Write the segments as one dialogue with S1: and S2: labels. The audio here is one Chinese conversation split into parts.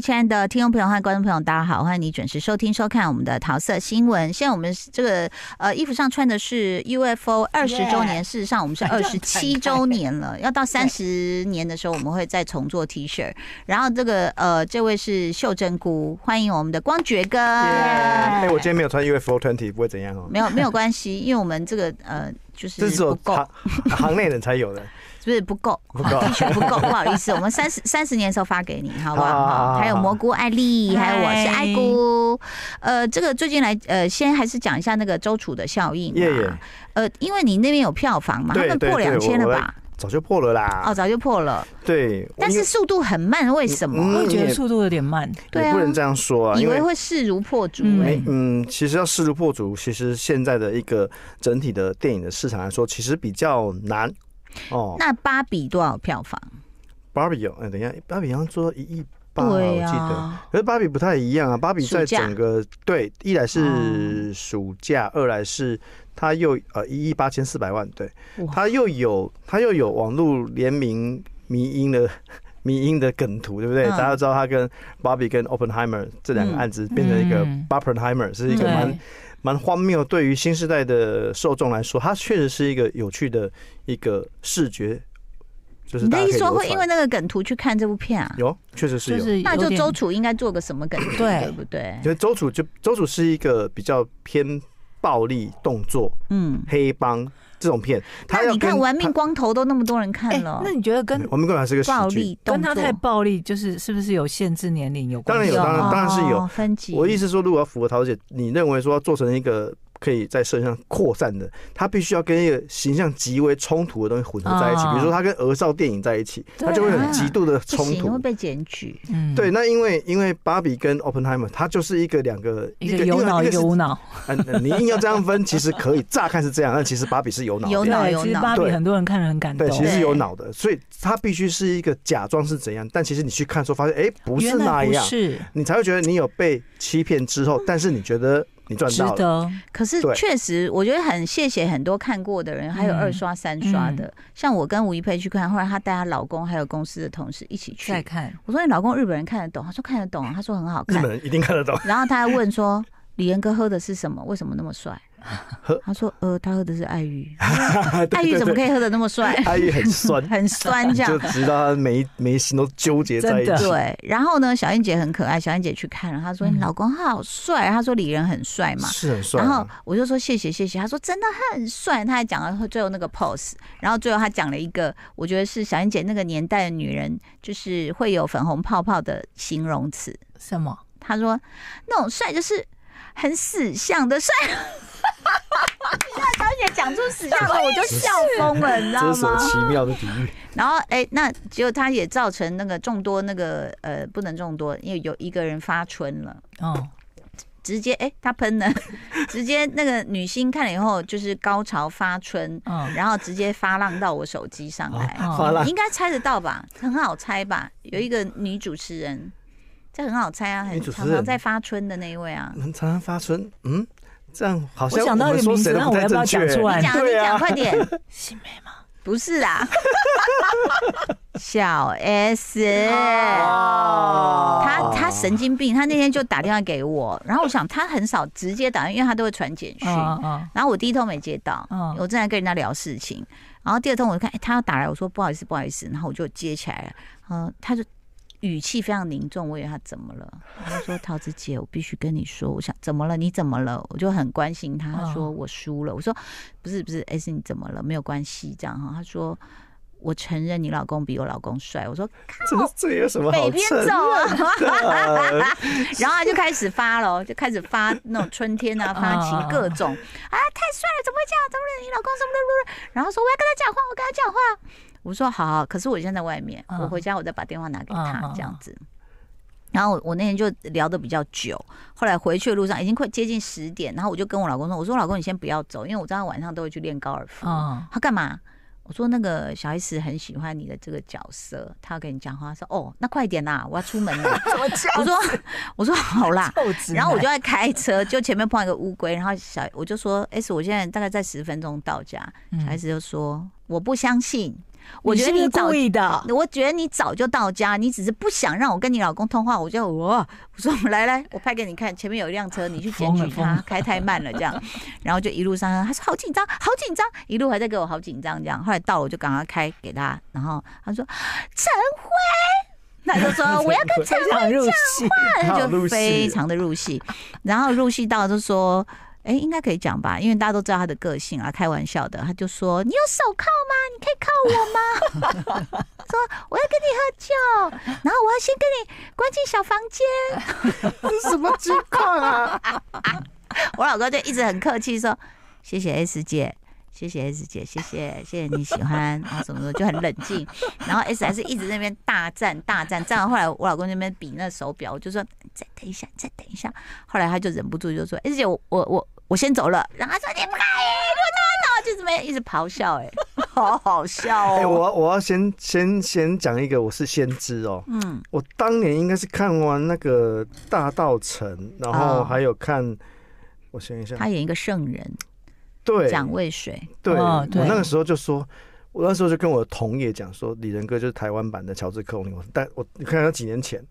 S1: 亲爱的听众朋友和观众朋友，大家好，欢迎你准时收听收看我们的桃色新闻。现在我们这个呃衣服上穿的是 UFO 二十周年，事实上我们是二十七周年了，要到三十年的时候我们会再重做 T 恤。然后这个呃这位是秀珍菇，欢迎我们的光觉哥。
S2: 哎、我今天没有穿 UFO twenty，不会怎样哦。
S1: 没有没有关系，因为我们这个呃就是
S2: 这是只有
S1: 不够
S2: 行，行内人才 有的。
S1: 不是不够，
S2: 不
S1: 好
S2: 够
S1: 的确不够，不好意思，我们三十三十年的时候发给你，好不好？
S2: 好好好
S1: 好还有蘑菇艾丽，
S3: 嗨
S1: 还有我是艾姑。呃，这个最近来呃，先还是讲一下那个周楚的效应
S2: 耶
S1: 嘛
S2: 耶。
S1: 呃，因为你那边有票房嘛，他
S2: 对
S1: 们
S2: 对
S1: 破
S2: 对
S1: 两千了
S2: 我
S1: 吧？
S2: 早就破了啦。
S1: 哦，早就破了，
S2: 对，我
S1: 但
S2: 因
S1: 是
S2: 为
S1: 速度很慢，为什
S2: 嗯
S1: 么？
S3: 我也觉得速度有点慢，
S1: 对啊
S2: 也不能这样说啊，
S1: 以
S2: 因
S1: 为
S2: 为
S1: 会势如破竹
S3: 嗯
S1: 哎
S3: 没。
S2: 嗯，其实要势如破竹，其实现在的一个整体的电影的市场来说，其实比较难哦。
S1: 那芭比多少票房？
S2: 芭比有，哎、等一下，芭比好像做到一亿八，
S1: 对啊
S3: 啊
S2: 我记得。
S1: 呀，
S2: 可是芭比不太一样啊，芭比在
S1: 暑假哦
S2: 整个对，一来是暑假，二来是它又呃一亿八千四百万，对，
S3: 哇
S2: 它又有它又有网络联名迷音的 迷音的梗图，对不对？
S1: 嗯
S2: 大家都知道它跟芭比跟 Oppenheimer 这两个
S1: 嗯
S2: 案子变成一个
S3: 嗯
S2: Oppenheimer，是一个
S1: 对
S2: 蛮蛮荒谬，对于新时代的受众来说，它确实是一个有趣的一个视觉，就是
S1: 你
S2: 大
S1: 的
S2: 家
S1: 意
S2: 可以
S1: 思说
S2: 流
S1: 会因为
S2: 传
S1: 那个梗图去看这部片啊？
S2: 有，确实是有。
S3: 就是
S1: 那
S3: 有
S1: 就
S3: 点
S1: 周楚应该做个什么梗图，
S3: 对
S1: 对不对？
S2: 因为周楚就周楚是一个比较偏暴力动作
S1: 嗯。
S2: 黑帮这种片，他
S1: 那
S2: 要
S1: 你看《
S2: 跟
S1: 玩命
S2: 他
S1: 光头》都那么多人
S3: 哎
S1: 看了，
S3: 那你觉得跟
S2: 玩命关头还是个喜
S1: 暴
S2: 剧。
S1: 力
S3: 跟
S1: 动
S3: 他
S1: 作
S3: 太暴力，就是是不是有限制年龄有关？
S2: 当然有当然当然是有
S1: 哦分级。
S2: 我意思说，如果要符合桃姐，你认为说要做成一个可以在社会上扩散的，他必须要跟一个形象极为冲突的东西混合在一起，
S3: 啊
S2: 比如说他跟儿少电影在一起，
S3: 对
S2: 他就会很极度的
S1: 不
S2: 冲
S1: 行会
S2: 突。
S1: 被检举。
S3: 嗯
S2: 对，，那因为因为芭比跟 Oppenheimer，它就是一个两个
S3: 一个有脑一
S2: 一
S3: 个
S2: 是
S3: 无脑，
S2: 嗯，你硬要这样分，其实可以乍看是这样，但其实芭比是有脑的
S1: 有脑
S3: 对，
S1: 有
S3: 其实
S1: 脑
S3: 芭比
S2: 对
S3: 很多人看了很感动
S2: 对，，其实
S1: 对
S2: 是有脑的，所以他必须是一个假装是怎样，但其实你去看的时候发现，哎、不是
S3: 原来
S2: 那
S3: 不
S2: 样，
S3: 是
S2: 你才会觉得你有被欺骗之后，但是你觉得你赚
S3: 值
S2: 到了，
S3: 得，
S1: 可是
S2: 对
S1: 确实，我觉得很谢谢很多看过的人，还有
S3: 嗯
S1: 二刷、三刷
S2: 嗯
S1: 的。像我跟吴一佩去看，后来她带她老公还有公司的同事一起去
S3: 再。看
S1: 我说你哎老公日本人看得懂，他说看得懂，他说很好
S2: 日
S1: 看
S2: 本。人一定看得懂。
S1: 然后他还问说：“李岩哥喝的是什么？为什么那么帅？”他说：“呃，他喝的是爱 玉，爱玉怎么可
S2: 以？
S1: 以喝的那么 帅？，
S2: 爱玉很酸
S1: 很酸这样
S2: 就。”知道他每一每一心都纠结在 一
S3: 真的
S2: 起。
S1: 对，然后呢，小燕姐很可爱，小燕姐去看了，她说
S3: 嗯
S1: 你老公好帅，她说李仁很帅嘛。
S2: 是很帅、
S1: 然后
S2: 啊。
S1: 我就说谢谢谢谢，她说真的很帅，她还讲了最后那个 pose，然后最后她讲了一个，我觉得是小燕姐那个年代的女人就是会有粉红泡泡的形容词，
S3: 什么？
S1: 她说那种帅就是很死相的 帅。小燕姐讲出死相的，我就笑疯了，你知道
S2: 这
S1: 吗？
S2: 是什么奇妙的比喻？
S1: 然后哎、那结果他也造成那个众多那个呃不能众多，因为有一个人发春了，
S3: 哦，
S1: 直接哎、他喷了， 直接那个女星看了以后就是高潮发春。
S3: 嗯，
S1: 然后直接发浪到我手机上来，
S3: 哦
S2: 啊发浪
S1: 你应该猜得到吧？很好猜吧？有一个女主持人，这很好猜啊，
S2: 女
S1: 很
S2: 主持
S1: 常
S2: 人
S1: 常在发春的那一位啊。
S2: 能常常发春，嗯，这样好像
S3: 我想到
S2: 们
S3: 一个
S2: 说
S3: 名字
S2: 谁都
S3: 那
S2: 不
S3: 我
S2: 太
S3: 要不
S2: 正
S3: 要
S2: 确
S3: 讲出来
S1: 你讲，你
S2: 对
S1: 讲，
S2: 啊，
S1: 快点！
S3: 新美吗？
S1: 不是 啊，小 S。
S2: 哦
S1: 他他神经病，他那天就打电话给我，然后我想他很少直接打，因为他都会传简讯。
S3: 嗯嗯
S1: 然后我第一通没接到，
S3: 嗯
S1: 我正在跟人家聊事情，然后第二通我就看，哎、他要打来，我说不好意思，不好意思，然后我就接起来了，嗯、他就语气非常凝重，我以为他怎么了，我就说桃子姐，我必须跟你说，我想怎么了，你怎么了？我就很关心他，
S3: 嗯
S1: 他说我输了，我说不是不是，S 你怎么了？没有关系，这样哈，他说。我承认你老公比我老公帅，我说
S2: 这这有什么好
S1: 啊北边
S2: 称
S1: 走啊，
S2: 的？
S1: 然后他就开始发了，就开始发那种春天啊，发
S3: 啊
S1: 情各种啊，太帅了，怎么会这样？怎么了？你老公怎么了？然后说我要跟他讲话，我跟他讲话。我说好好，可是我现在在外面，
S3: 嗯
S1: 我回家我再把电话拿给
S3: 嗯
S1: 他
S3: 嗯，
S1: 这样子。然后我我那天就聊得比较久，后来回去的路上已经快接近十点，然后我就跟我老公说：“我说老公，你先不要走，因为我知道晚上都会去练高尔夫。
S3: 嗯
S1: 他干嘛？我说那个小 S 很喜欢你的这个角色，他要跟你讲话。他说哦，那快点啦，我要出门了。
S3: 怎么讲
S1: 我说我说好啦。
S3: 臭直男
S1: 然后我就在开车，就前面碰到一个乌龟，然后小我就说 S，我现在大概在十分钟到家。
S3: 嗯
S1: 小 S 就说我不相信，我觉得你
S3: 是不是
S1: 早
S3: 故意的，
S1: 我觉得你早就到家，你只是不想让我跟你老公通话。我就哇，我说我 们来来，我拍给你看，前面有一辆车，你去检
S3: 疯了
S1: 举
S3: 疯
S1: 他
S3: 了
S1: 开太慢了这样。然后就一路上他说好紧张，好紧张，一路还在给我好紧张这样。后来到了我就赶快开给他，然后他说陈辉， 那他就说我要跟陈
S3: 非常入戏。
S1: 他
S2: 好
S1: 就
S2: 入戏
S1: 非常的入戏，然后入戏到就说。哎，应该可以讲吧，因为大家都知道他的个性啊，开玩笑的，他就说：“你有手铐吗？你可以铐我吗？” 说：“我要跟你喝酒，然后我要先跟你关进小房间。
S2: 这是什么情况啊？”
S1: 我老公就一直很客气说：“谢谢 S 姐，谢谢 S 姐，谢谢谢谢你喜欢，然后什么的，就很冷静。”然后 S 还是一直在那边大战大战，战到后来我老公那边比那手表，我就说再等一下，再等一下。后来他就忍不住就说：“哎、姐，我我我我先走了。”然后他说：“你不可以，你不能走。”就这么一直咆哮、哎，好好笑
S2: 哎、
S1: 哦。
S2: 我我要先先先讲一个，我是先知哦。
S1: 嗯，
S2: 我当年应该是看完那个《大道城》，然后
S1: 哦
S2: 还有看，我想一下，
S1: 他演一个圣人
S2: 对
S1: 蒋渭水，
S2: 对，
S3: 哦
S2: 我
S3: 对
S2: 那个时候就说。我那时候就跟我的同业讲说，李仁哥就是台湾版的乔治·克隆尼。我但我你看他几年前，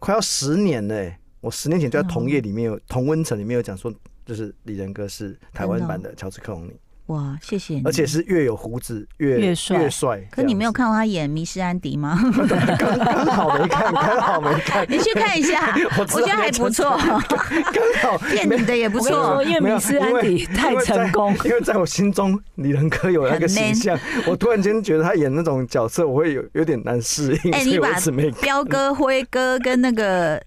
S2: 快要十年嘞、我十年前就在同业里面有、同温层里面有讲说，就是李仁哥是台湾版的乔治·克隆尼，
S1: 哇，谢谢你。
S2: 而且是越有胡子越
S3: 越帅
S2: 越帅。
S1: 可你没有看过他演《迷失安迪》吗？
S2: 刚好没看，刚好没看，
S1: 你去看一下，
S2: 我
S1: 我
S2: 知道
S1: 觉得还不错，
S2: 刚好
S1: 骗你的也不
S3: 我跟你
S1: 错
S3: 说，。因为
S2: 没有
S3: 米斯安迪太成功，
S2: 因为在我心中，李仁科有那个形象，我突然间觉得他演那种角色，我会有有点难适应，
S1: 哎
S2: 所以
S1: 你
S2: 我
S1: 把
S2: 一直没看。
S1: 彪哥、辉哥跟那个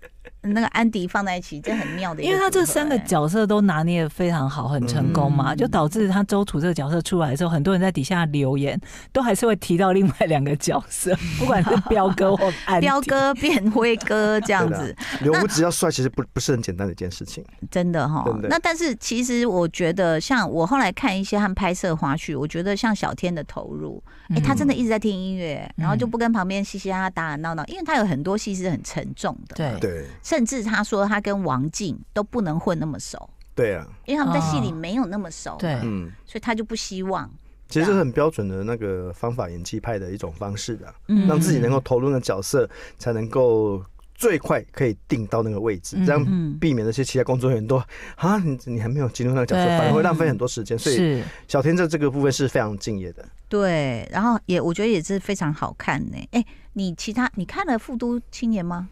S1: 那个安迪放在一起，这很妙的一
S3: 因
S1: 组合，
S3: 为他这三个
S1: 哎
S3: 角色都拿捏的非常好，很成功嘛，
S1: 嗯
S3: 就导致他周楚这个角色出来的时候，很多人在底下留言，都还是会提到另外两个角色， 不管是彪哥或安迪啊
S1: 彪，哥变辉哥这样
S2: 对啊
S1: 子，
S2: 留胡子要帅，其实不不是很简单的一件事情。
S1: 真的哈
S2: 真。的
S1: 那但是其实我觉得，像我后来看一些他们拍摄花絮，我觉得像小天的投入，
S3: 嗯
S1: 哎、他真的一直在听音乐，然后就不跟旁边嘻嘻哈哈打打闹闹，因为他有很多戏是很沉重的，，
S3: 对
S2: 对
S1: 甚至他说他跟王静都不能混那么熟，
S2: 对啊，
S1: 因为他们在戏里
S3: 哦
S1: 没有那么熟，
S3: 对，
S2: 嗯，
S1: 所以他就不希望。
S2: 其实这是很标准的那个方法演技派的一种方式的、
S1: 嗯
S2: 让自己能够投入那个角色，才能够最快可以定到那个位置，这样
S1: 嗯
S2: 避免那些其他工作人员都啊，你你还没有进入那个角色，
S3: 对
S2: 反而会浪费很多时间。所以
S3: 是
S2: 小天在这个部分是非常敬业的。
S1: 对，然后也我觉得也是非常好看呢、哎、你其他你看了《复都青年》吗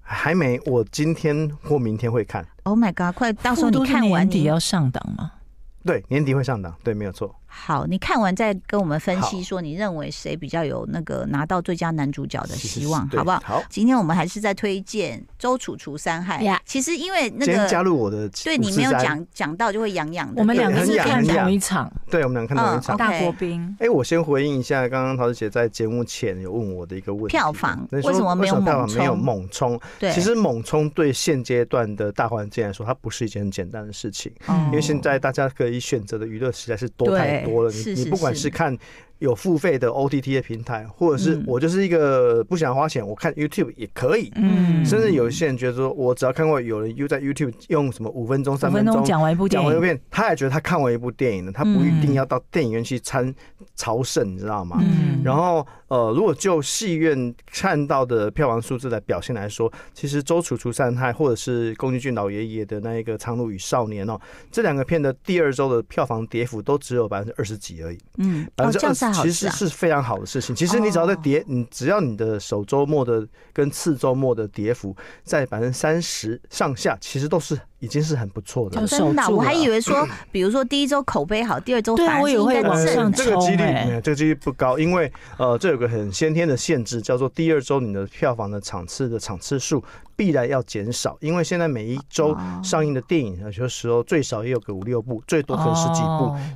S2: 还没，我今天或明天会看。
S1: ？Oh my god！快，到时候
S3: 复
S1: 你
S3: 读是
S1: 看完
S3: 年底哦
S1: 你
S3: 要上档吗？
S2: 对，年底会上档，对，没有错。
S1: 好，你看完再跟我们分析，
S2: 好
S1: 说你认为谁比较有那个拿到最佳男主角的
S2: 是是
S1: 希望，
S2: 是对
S1: 好不好？
S2: 好，
S1: 今天我们还是在推荐周楚除三害。
S3: 呀
S1: 其实因为那
S2: 今天加
S1: 个
S2: 入我的
S1: 对
S2: 五
S1: 你
S2: 四
S1: 没有
S2: 三，
S1: 讲讲到，就会痒痒的。
S3: 我们
S1: 对
S3: 两个
S1: 不
S2: 很
S3: 是
S1: 对
S2: 痒
S3: 看
S2: 很痒
S3: 同一场
S2: 对我们俩看同一场。
S1: OK 嗯
S3: 大国兵，
S2: 哎、我先回应一下刚刚桃子姐在节目前有问我的一个问题，
S1: 票房
S2: 那说
S1: 为什么没有
S2: 为票
S1: 猛
S2: 房没有
S1: 冲？
S2: 猛冲？
S1: 对，
S2: 其实猛冲对现阶段的大环境来说，它不是一件很简单的事情，
S1: 嗯
S2: 因为现在大家可以选择的娱乐实在是多
S1: 对
S2: 太多了。你
S1: 是是
S2: 你不管
S1: 是
S2: 是看有付费的 OTT 的平台，或者是
S1: 嗯
S2: 我就是一个不想花钱，我看 YouTube 也可以。
S1: 嗯
S2: 甚至有一些人觉得说，我只要看过有人又在 YouTube 用什么五分钟、三
S3: 五分钟
S2: 钟
S3: 讲完一部电
S2: 讲完一
S3: 影，嗯
S2: 遍，他也觉得他看完一部电影了，他不一定要到电影院去参朝圣，你知道吗？
S1: 嗯
S2: 然后呃，如果就戏院看到的票房数字的表现来说，其实《周楚除三害》或者是宫崎骏老爷爷的那一个《苍鹭与少年》哦，这两个片的第二周的票房跌幅都只有百分之二十几而已。
S1: 嗯，
S2: 百
S1: 哦，
S2: 分之
S1: 这样是
S2: 二十
S1: 好
S2: 其
S1: 事
S2: 实
S1: 啊。哦
S2: 是非常好的事情。其实你只要在跌，你只要你的首周末的跟次周末的跌幅在百分之三十上下，其实都是已经是很不错的
S3: 就
S2: 了。
S3: 是
S1: 真的啊，
S3: 守住
S1: 我还
S3: 了
S1: 以为 说，比如说第一周口碑好，第二周
S3: 对啊
S1: 反而
S3: 我
S1: 是
S3: 也
S1: 应
S3: 会
S1: 该
S3: 往
S1: 正
S3: 上
S1: 的
S2: 这个几率
S3: 冲欸
S2: 没有，这个几率不高，因为呃，这有个很先天的限制，叫做第二周你的票房的场次的场次数必然要减少，因为现在每一周
S1: 哦
S2: 上映的电影，有些时候最少也有个五六部，最多可能十几部。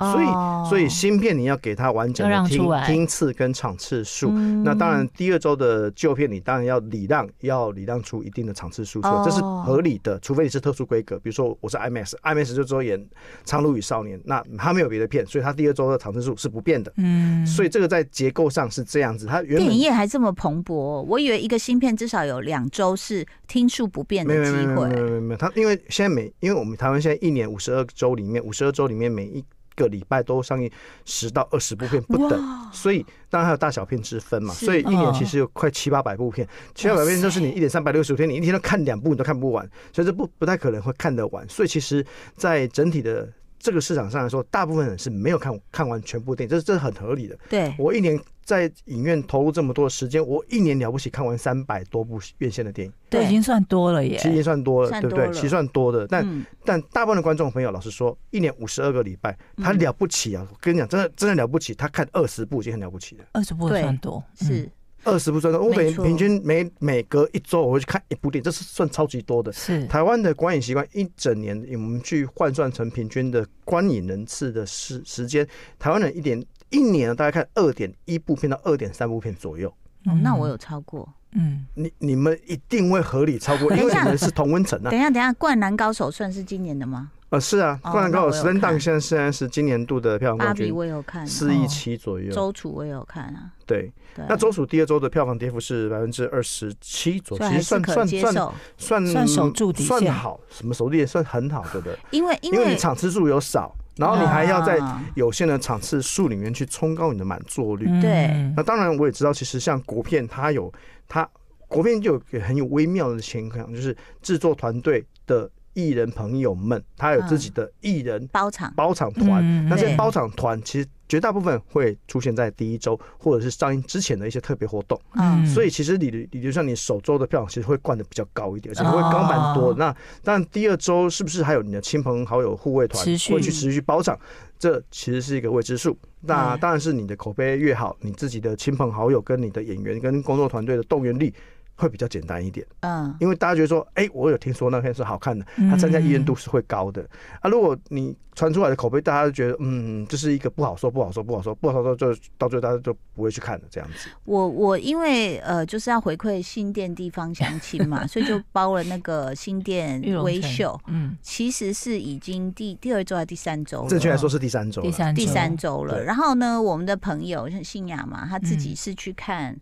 S3: 哦
S2: 所
S1: 哦
S2: 以，所以芯片你要给它完整
S3: 要让
S2: 的听
S3: 出来
S2: 听次跟场次数。
S1: 嗯
S2: 那当然，第二周的旧片你当然要礼让，要礼让出一定的场次数出来，
S1: 哦
S2: 这是合理的。除非你是特殊规格，比如说我是 IMAX，IMAX 就只有演《苍鹭与少年》，那他没有别的片，所以他第二周的场次数是不变的。
S3: 嗯，
S2: 所以这个在结构上是这样子，它原
S1: 电
S2: 本
S1: 影业还这么蓬勃哦、我以为一个芯片至少有两周是听数不变
S2: 没有
S1: 的
S2: 没有
S1: 机
S2: 没有没有没
S1: 会。
S2: 有没有，它因为现在每因为我们台湾现在一年五十二周里面，五十二周里面每一个礼拜都上映十到二十部片不等，所以当然还有大小片之分嘛，
S1: 是嗯
S2: 所以一年其实有快七八百部片，七八百片就是你一年三百六十五天，你一天都看两部你都看不完，所以这不不太可能会看得完，所以其实，在整体的。这个市场上来说，大部分人是没有看看完全部电影，这是这是很合理的。
S1: 对，
S2: 我一年在影院投入这么多时间，我一年了不起看完三百多部院线的电影，
S3: 都已经算多了耶
S2: 其。实也算多了，
S1: 算
S2: 对不
S1: 多
S2: 对？
S1: 了
S2: 其实算多的，但、
S1: 嗯
S2: 但大部分的观众朋友，老实说，一年五十二个礼拜，他
S1: 嗯
S2: 了不起啊！我跟你讲，真的真的了不起，他看二十部已经很了不起了，
S3: 二十部也
S1: 对
S3: 算多，嗯
S1: 是
S2: 二十部算多。我
S1: 没
S2: 每
S1: 错
S2: 平均每每隔一周我会去看一部电影，这是算超级多的。
S3: 是
S2: 台湾的观影习惯，一整年我们去换算成平均的观影人次的时时间，台湾人一点一年大概看二点一部片到二点三部片左右。
S1: 哦
S2: 嗯
S1: 那我有超过。
S3: 嗯，
S2: 你你们一定会合理 超过，
S1: 等一
S2: 因为
S1: 下
S2: 你们是同温层啊
S1: 等。一下，等一下，《灌篮高手》算是今年的吗？
S2: 呃，是啊，
S1: 哦
S2: 《灌篮高
S1: 那我
S2: 手》
S1: 有
S2: 史登
S1: 看
S2: 当现在现在是今年度的票房
S1: 芭
S2: 冠
S1: 比
S2: 军，
S1: 我也有看啊，
S2: 四亿七左右。
S1: 周楚我也有看啊。
S2: 对，
S1: 对，
S2: 那周数第二周的票房跌幅是百分之二十七左
S1: 所
S2: 右，
S1: 以还
S2: 其实
S1: 是
S2: 算
S1: 可
S2: 算
S1: 接
S2: 算
S1: 受，
S2: 算
S3: 算守住底线
S2: 算好，什么守住也算很好，对不对？
S1: 因为因
S2: 因为
S1: 为
S2: 你场次数有少，然后你还要在
S1: 啊
S2: 有限的场次数里面去冲高你的满座率。
S1: 对
S3: 嗯
S2: 那当然，我也知道，其实像国片，它有它国片就有一个很有微妙的情况，就是制作团队的艺人朋友们，他有自己的艺人
S1: 包场，
S2: 包场团，
S3: 嗯
S2: 那
S1: 对
S2: 些包场团其实绝大部分会出现在第一周或者是上映之前的一些特别活动，
S1: 嗯，
S2: 所以其实理理论上你首周的票房其实会灌的比较高一点，而且
S3: 哦
S2: 会高蛮多的。那但第二周是不是还有你的亲朋好友护卫团
S3: 持续
S2: 会去持续包场？这其实是一个未知数。那
S1: 嗯
S2: 当然是你的口碑越好，你自己的亲朋好友跟你的演员跟工作团队的动员力。会比较简单一点，
S1: 嗯，
S2: 因为大家觉得说，哎、我有听说那片是好看的，它参加意愿度是会高的。啊，如果你传出来的口碑，大家就觉得，嗯，这是一个不好说，不好说，不好说，不好说，就到最后大家就不会去看了，这样子。
S1: 我我因为呃就是要回馈新店地方乡亲 嘛，所以就包了那个新店
S3: 玉龙
S1: 微
S3: 城
S1: 秀，
S3: 嗯，
S1: 其实是已经第第二周还是第三周了，
S2: 正确来说是第三周了，
S3: 第三
S1: 第
S3: 周
S1: 三周了。
S2: 对
S1: 然后呢，我们的朋友像信雅嘛，他自己
S3: 嗯
S1: 是去看，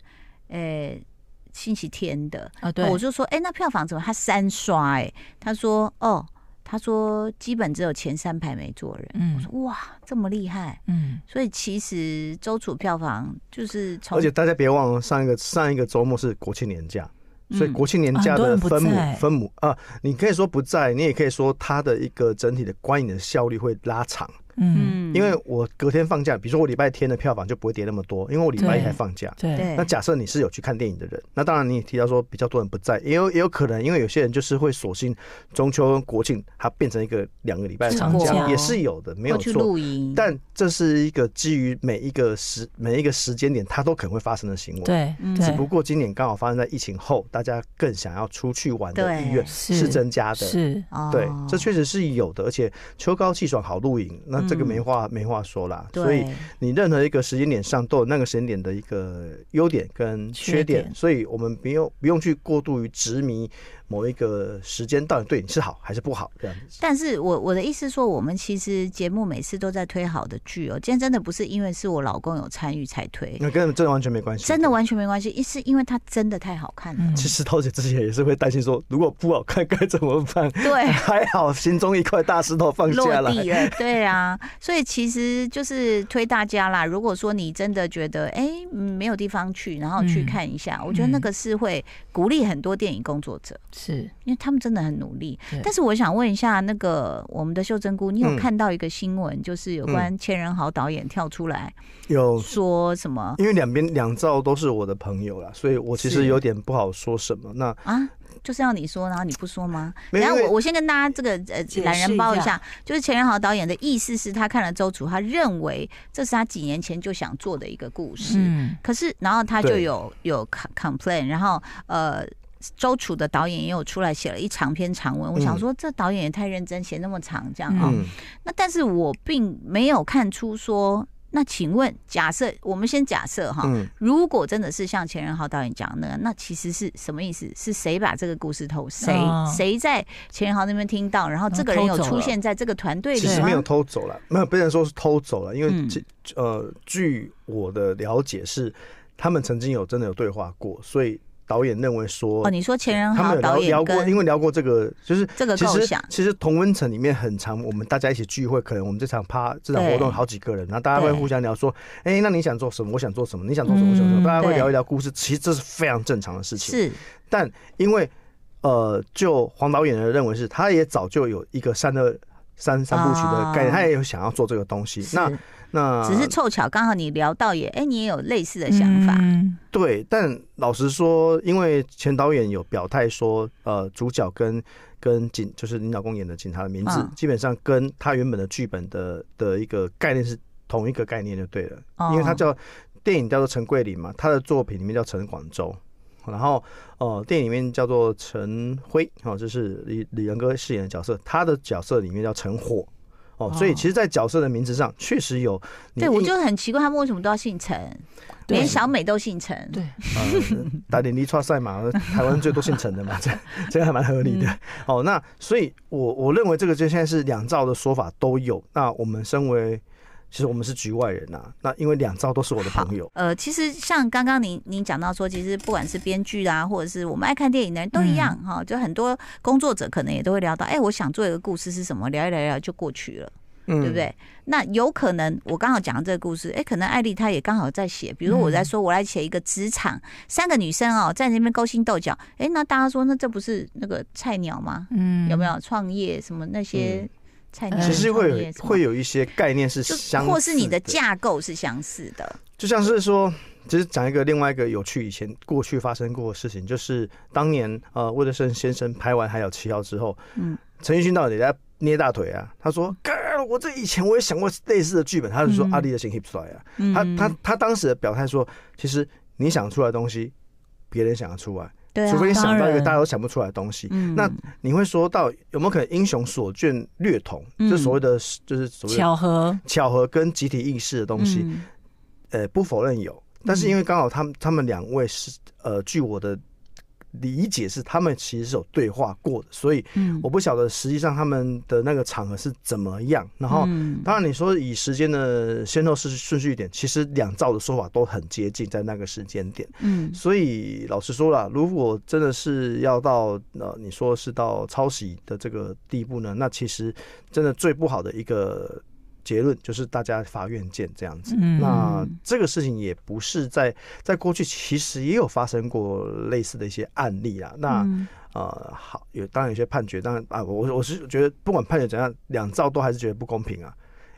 S2: 嗯
S1: 呃、星期天的，
S3: 啊，对，
S1: 我就说，哎、那票房怎么？他三刷、哎，他说，哦，他说基本只有前三排没坐人。
S3: 嗯
S1: 哇，这么厉害！
S3: 嗯，
S1: 所以其实周楚票房就是从
S2: 而且大家别忘了，上一个上一个周末是国庆年假，所以
S1: 嗯
S2: 国庆年假
S3: 啊很多
S2: 的
S3: 人不
S2: 分母、
S3: 在
S2: 分母啊，你可以说不在，你也可以说它的一个整体的观影的效率会拉长，
S3: 嗯，
S2: 因为我隔天放假，比如说我礼拜天的票房就不会跌那么多，因为我礼拜一
S3: 对
S2: 还放假。
S3: 对，
S1: 对
S2: 那假设你是有去看电影的人，那当然你也提到说比较多人不在，也有也有可能，因为有些人就是会索性中秋跟国庆它变成一个两个礼拜的长
S3: 出
S2: 假，
S3: 国
S2: 也是有的，没有
S1: 或去
S2: 错。
S1: 露营，
S2: 但这是一个基于每一个时每一个时间点，它都可能会发生的行为。
S3: 对
S1: 嗯
S3: 对，
S2: 只不过今年刚好发生在疫情后，大家更想要出去玩的
S1: 对
S2: 意愿
S3: 是
S2: 是增加的。
S3: 是，
S1: 哦
S2: 对，这确实是有的，而且秋高气爽好露营，那这个
S1: 嗯
S2: 没话、没话说啦。所以
S1: 对
S2: 你任何一个时间点上都有那个时间点的一个优点跟缺
S3: 缺
S2: 点，
S3: 点
S2: 所以我们不用不用去过度于执迷某一个时间到底对你是好还是不好这样子。
S1: 但是我我的意思说，我们其实节目每次都在推好的剧哦。今天真的不是因为是我老公有参与才推，
S2: 那跟真的完全没关系，
S1: 真的完全没关系，一是因为它真的太好看了。
S3: 嗯
S2: 其实涛姐之前也是会担心说，如果不好看该怎么办？
S1: 对，
S2: 还好心中一块大石头放下
S1: 落
S2: 来。
S1: 地了，对啊，所以其实就是推大家啦。如果说你真的觉得哎、嗯没有地方去，然后去
S3: 嗯
S1: 看一下，我觉得那个是会鼓励很多电影工作者，
S3: 是
S1: 因为他们真的很努力
S3: 对。
S1: 但是我想问一下，那个我们的秀珍姑，你有
S2: 嗯
S1: 看到一个新闻，就是有关千人豪导演跳出来
S2: 有，
S1: 说什么
S2: 因为两边两兆都是我的朋友啦，所以我其
S1: 是
S2: 实有点不好说什么。那
S1: 啊？就是要你说，然后你不说吗？
S2: 没
S1: 然
S2: 有
S1: 后
S2: 因为
S1: 我我先跟大家这个呃
S3: 解释
S1: 懒人包一
S3: 一
S1: 下，就是钱仁豪导演的意思是他看了周楚，他认为这是他几年前就想做的一个故事，
S3: 嗯
S1: 可是然后他就
S2: 对
S1: 有有 com- complain，然后呃。周楚的导演也有出来写了一长篇长文，我想
S2: 嗯
S1: 说这导演也太认真，写那么长这样啊、
S3: 嗯
S2: 嗯，
S1: 那但是我并没有看出说，那请问假设我们先假设哈，
S2: 嗯，
S1: 如果真的是像钱仁豪导演讲的，那其实是什么意思？是谁把这个故事嗯偷？谁
S3: 哦
S1: 谁、在钱仁豪那边听到，然后这个人有出现在这个团队
S2: 其
S1: 里
S2: 实没有
S1: 吗？
S2: 偷走了，没有，不能说是偷走了，因为
S1: 啊嗯
S2: 其、呃，据我的了解是，他们曾经有真的有对话过，所以。导演认为说，
S1: 哦，你说前人
S2: 他们
S1: 好
S2: 有
S1: 导
S2: 聊
S1: 演
S2: 聊过，因
S1: 跟
S2: 为聊过这个，就是
S1: 这个
S2: 其
S1: 构
S2: 实
S1: 想
S2: 其实同温层里面很常，我们大家一起聚会，可能我们这场趴这场
S1: 对
S2: 活动好几个人，然后大家会
S1: 对
S2: 互相聊说，哎、那你想做什么？我想做什么？你想做什么？我想做什
S1: 嗯
S2: 么？大家会
S1: 对
S2: 聊一聊故事，其实这是非常正常的事情。
S1: 是
S2: 但因为呃，就黄导演的认为是，他也早就有一个三二三三部曲的概念，
S1: 啊
S2: 他也有想要做这个东西。
S1: 是
S2: 那那呃
S1: 只是凑巧刚好你聊到也，哎，你也有类似的想法，
S3: 嗯
S2: 对，但老实说，因为前导演有表态说，呃，主角跟跟警就是林老公演的警察的名字，
S1: 嗯
S2: 基本上跟他原本的剧本的的一个概念是同一个概念就对了，
S1: 哦
S2: 嗯因为他叫电影叫做陈桂林嘛，他的作品里面叫陈广州。然后，呃，电影里面叫做陈辉，哦，这是李李仁哥饰演的角色，他的角色里面叫陈火，哦，所以
S3: 哦
S2: 其实，在角色的名字上确实有你
S1: 对我
S2: 硬
S1: 就很奇怪，他们为什么都要姓陈，
S3: 对
S1: 连小美都姓陈，
S3: 对
S2: 呃，打点离川赛嘛，台湾最多姓陈的嘛，这样这样还蛮合理的。哦，那所以我我认为这个就现在是两兆的说法都有。那我们身为其实我们是局外人呐、啊那因为两兆都是我的朋友，
S1: 呃，其实像刚刚您您讲到说，其实不管是编剧啊，或者是我们爱看电影的人都
S2: 嗯
S1: 一样哈、就很多工作者可能也都会聊到，哎、我想做一个故事是什么，聊一聊一聊就过去了，
S2: 嗯
S1: 对不？对？那有可能我刚好讲到这个故事，哎、可能艾丽她也刚好在写，比如说我
S2: 嗯
S1: 在说我来写一个职场、三个女生哦在那边勾心斗角，哎、那大家说那这不是那个菜鸟吗？
S3: 嗯
S1: 有没？有创业什么那些
S2: 嗯
S1: 菜鸟、
S3: 嗯
S2: 其实会
S1: 创业
S2: 有
S1: 什么
S2: 会有一些概念是
S1: 就
S2: 相似
S1: 或是你的架构是相似的，
S2: 就像是说，其实讲一个另外一个有趣以前过去发生过的事情，就是当年呃魏德胜先生拍完《海角七号》之后，
S1: 嗯，
S2: 陈奕迅到底在捏大腿啊？他说：“干，我这以前我也想过类似的剧本。”他就说：“
S3: 嗯
S2: 阿丽的心 hip 出来啊。
S1: 嗯
S2: 他他他当时的表态说：“其实你想出来的东西，别人想得出来，
S1: 对啊，
S2: 除非你想到一
S3: 当
S2: 个
S3: 然
S2: 大家都想不出来的东西。
S1: 嗯
S2: 那你会说到有没有可能英雄所见略同？
S1: 嗯
S2: 就所谓的就是所谓的
S3: 巧合，
S2: 巧合跟集体意识的嗯东西。
S1: 嗯
S2: 呃，不否认有，但是因为刚好他们他们两位是呃，据我的理解是他们其实是有对话过的，所以
S1: 嗯
S2: 我不晓得实际上他们的那个场合是怎么样。然后，
S1: 嗯
S2: 当然你说以时间的先后顺顺序点，其实两兆的说法都很接近在那个时间点。
S1: 嗯
S2: 所以老实说了，如果真的是要到呃，你说是到抄袭的这个地步呢，那其实真的最不好的一个结论就是大家法院见这样子。
S3: 嗯
S2: 那这个事情也不是在在过去，其实也有发生过类似的一些案例啦。那、
S1: 嗯
S2: 呃，好，有当然有些判决，当然啊，我我是觉得不管判决怎样，两造都还是觉得不公平啊。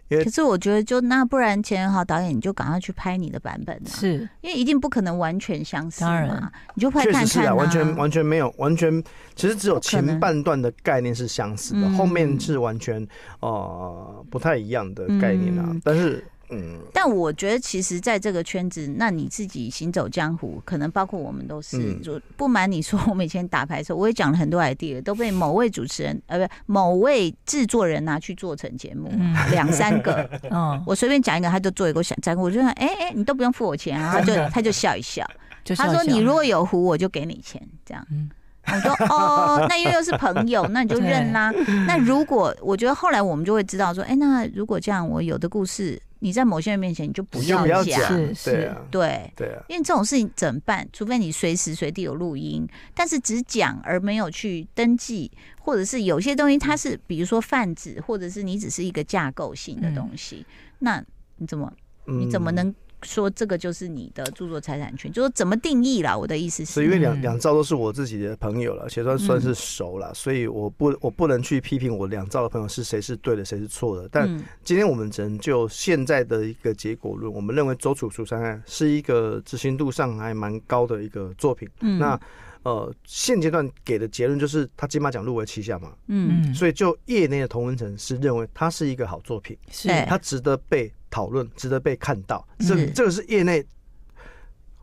S1: 可是我觉得就那不然钱仁豪导演你就赶快去拍你的版本啊，
S3: 是
S1: 因为一定不可能完全相似
S3: 当
S1: 嘛
S3: 然，
S1: 你就拍
S2: 确
S1: 看
S2: 实是
S1: 看
S2: 啊，
S1: 啊
S2: 完全完全没有，完全其实只有
S1: 不可能
S2: 前半段的概念是相似的，
S1: 嗯
S2: 后面是完全呃不太一样的概念啊。
S1: 嗯
S2: 但是嗯，
S1: 但我觉得，其实在这个圈子，那你自己行走江湖，可能包括我们都是。
S2: 嗯
S1: 就不瞒你说，我们以前打牌的时候，我也讲了很多 idea，都被某位主持人呃，不，某位制作人拿去做成节目
S3: 嗯，
S1: 两、三个。
S3: 嗯，
S1: 我随便讲一个，他就做一个想讲，我就想，哎、哎、你都不用付我钱啊，他就他就笑一笑。
S3: 就
S1: 他
S3: 笑
S1: 说
S3: 笑
S1: 你如果有壶，我就给你钱，这样。
S3: 嗯
S1: 我说哦，那又又是朋 友，那你就认啦。那如果我觉得后来我们就会知道说，哎、那如果这样，我有的故事你在某些人面前你就不
S2: 你就不要
S1: 讲，
S2: 讲
S3: 是，是
S2: 对啊，
S1: 对，
S2: 对啊。
S1: 因为这种事情怎么办？除非你随时随地有录音，但是只讲而没有去登记，或者是有些东西它是比如说泛指，或者是你只是一个架构性
S3: 嗯
S1: 的东西，那你怎么
S2: 嗯
S1: 你怎么？能说这个就是你的著作财产权？就说怎么定义啦？我的意思
S2: 所
S1: 是，
S2: 以因为两
S3: 嗯
S2: 两兆都是我自己的朋友了，且算算
S1: 嗯
S2: 是熟了，所以我不我不能去批评我两兆的朋友是谁是对的，谁是错的。但
S1: 嗯
S2: 今天我们只能就现在的一个结果论，我们认为周楚楚三案是一个执行度上还蛮高的一个作品。
S1: 嗯
S2: 那呃，现阶段给的结论就是他金马奖入围七项嘛，
S1: 嗯
S3: 嗯，
S2: 所以就业内的同文层是认为它是一个好作品，
S3: 是
S1: 对
S2: 它值得被讨论，值得被看到。这
S1: 是
S2: 这个是业内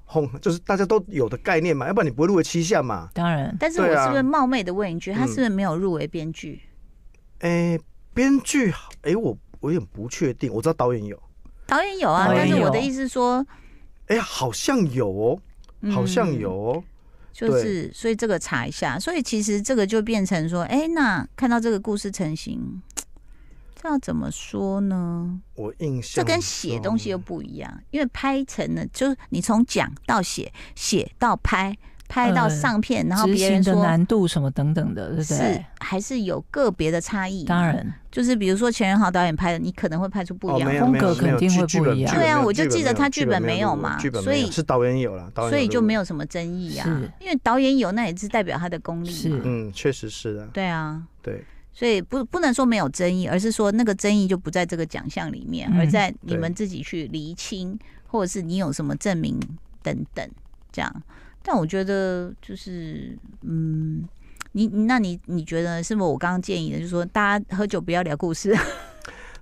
S2: 哄，就是大家都有的概念嘛，要不然你不会入围七项嘛。
S3: 当然
S1: 但是我
S2: 对啊
S1: 是不是冒昧的问一句，他
S2: 嗯
S1: 是不是没有入围编剧？
S2: 哎、编剧，哎、我我有点不确定，我知道导演有，
S1: 导演有啊，
S2: 导演
S1: 但是我
S3: 有
S1: 的意思说，
S2: 哎、好像有哦，
S1: 嗯
S2: 好像有哦。
S1: 就是，所以这个查一下，所以其实这个就变成说，哎、那看到这个故事成型，这要怎么说呢？
S2: 我印象
S1: 这跟写东西又
S2: 中
S1: 不一样，因为拍成了，就是你从讲到写，写到拍，拍到上片，然后
S3: 呃执
S1: 别人
S3: 行的
S1: 说
S3: 难度什么等等的，对不
S1: 是
S3: 对？
S1: 还是有个别的差异。
S3: 当，然，
S1: 就是比如说钱仁豪导演拍的，你可能会拍出不一
S2: 哦，
S1: 样
S2: 没
S1: 的。
S2: 有没有
S3: 风格肯定会
S2: 没有剧
S3: 不一样
S2: 剧本
S1: 对啊
S2: 没有
S1: 我就
S2: 剧本
S1: 记得
S2: 没有
S1: 他剧本没有
S2: 录过
S1: 嘛
S2: 剧本没有
S1: 所以
S2: 是导演有了，导演
S1: 所以
S2: 录
S1: 就没
S2: 过。
S1: 有什么争议啊
S3: 是，
S1: 因为导演有，那也是代表他的功力嘛。
S3: 是
S2: 嗯，确实是的，
S1: 对啊，
S2: 对，
S1: 所以不不能说没有争议，而是说那个争议就不在这个奖项里面，
S3: 嗯
S1: 而在你们自己去厘清，或者是你有什么证明等等这样。但我觉得就是嗯。你你那你你觉得是不是我刚刚建议的，就是说大家喝酒不要聊故事，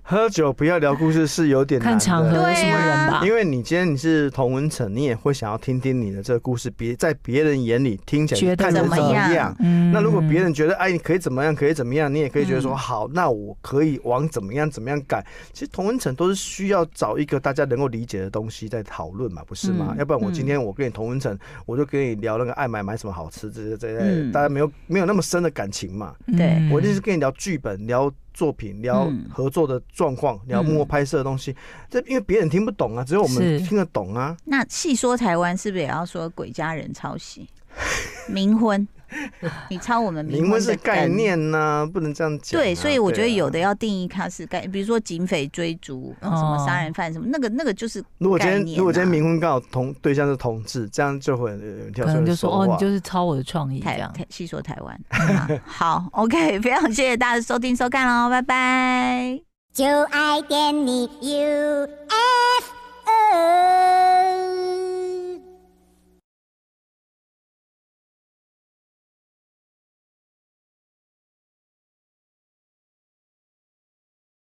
S2: 喝酒不要聊故事是有点难
S3: 看
S2: 的
S3: 场合
S1: 对
S3: 什么人
S1: 啊
S3: 吧。
S2: 因为你今天你是童文成，你也会想要听听你的这个故事，别在别人眼里听起来
S3: 觉得
S2: 看起来
S1: 怎么样
S2: 样。
S3: 嗯
S2: 那如果别人觉得哎，你可以怎么样，可以怎么样，你也可以觉得说
S1: 嗯
S2: 好，那我可以往怎么样怎么样改。其实同温层都是需要找一个大家能够理解的东西在讨论嘛，不是吗？
S1: 嗯
S2: 要不然我
S1: 嗯
S2: 今天我跟你同温层，我就跟你聊那个爱买买什么好吃这些这
S1: 嗯
S2: 些，大家没有没有那么深的感情嘛。
S1: 对
S3: 嗯
S2: 我一定是跟你聊剧本、聊作品、聊
S1: 嗯
S2: 合作的状况、聊幕后拍摄的东西。这因为别人听不懂啊，只有我们
S3: 是
S2: 听得懂啊。
S1: 那细说台湾是不是也要说鬼家人抄袭冥婚？你抄我们冥
S2: 灵魂
S1: 的
S2: 是概
S1: 梗
S2: 念呐、不能这样讲啊、
S1: 对，所以我觉得
S2: 对啊
S1: 有的要定义它是概，比如说警匪追逐、呃什么
S3: 哦
S1: 杀人犯什么，那个那个就是
S2: 如果今
S1: 概
S2: 天
S1: 念啊
S2: 如果今天冥婚刚好同对象是同志，这样就会有人跳
S3: 可
S2: 出
S3: 能
S2: 来
S3: 就
S2: 说
S3: 说哦，
S2: 话
S3: 你就是抄我的创意这
S1: 台
S3: 样。
S1: 台细说台 湾。嗯好，OK，非常谢谢大家收听收看喽，拜拜。
S4: 就爱点你 UFO。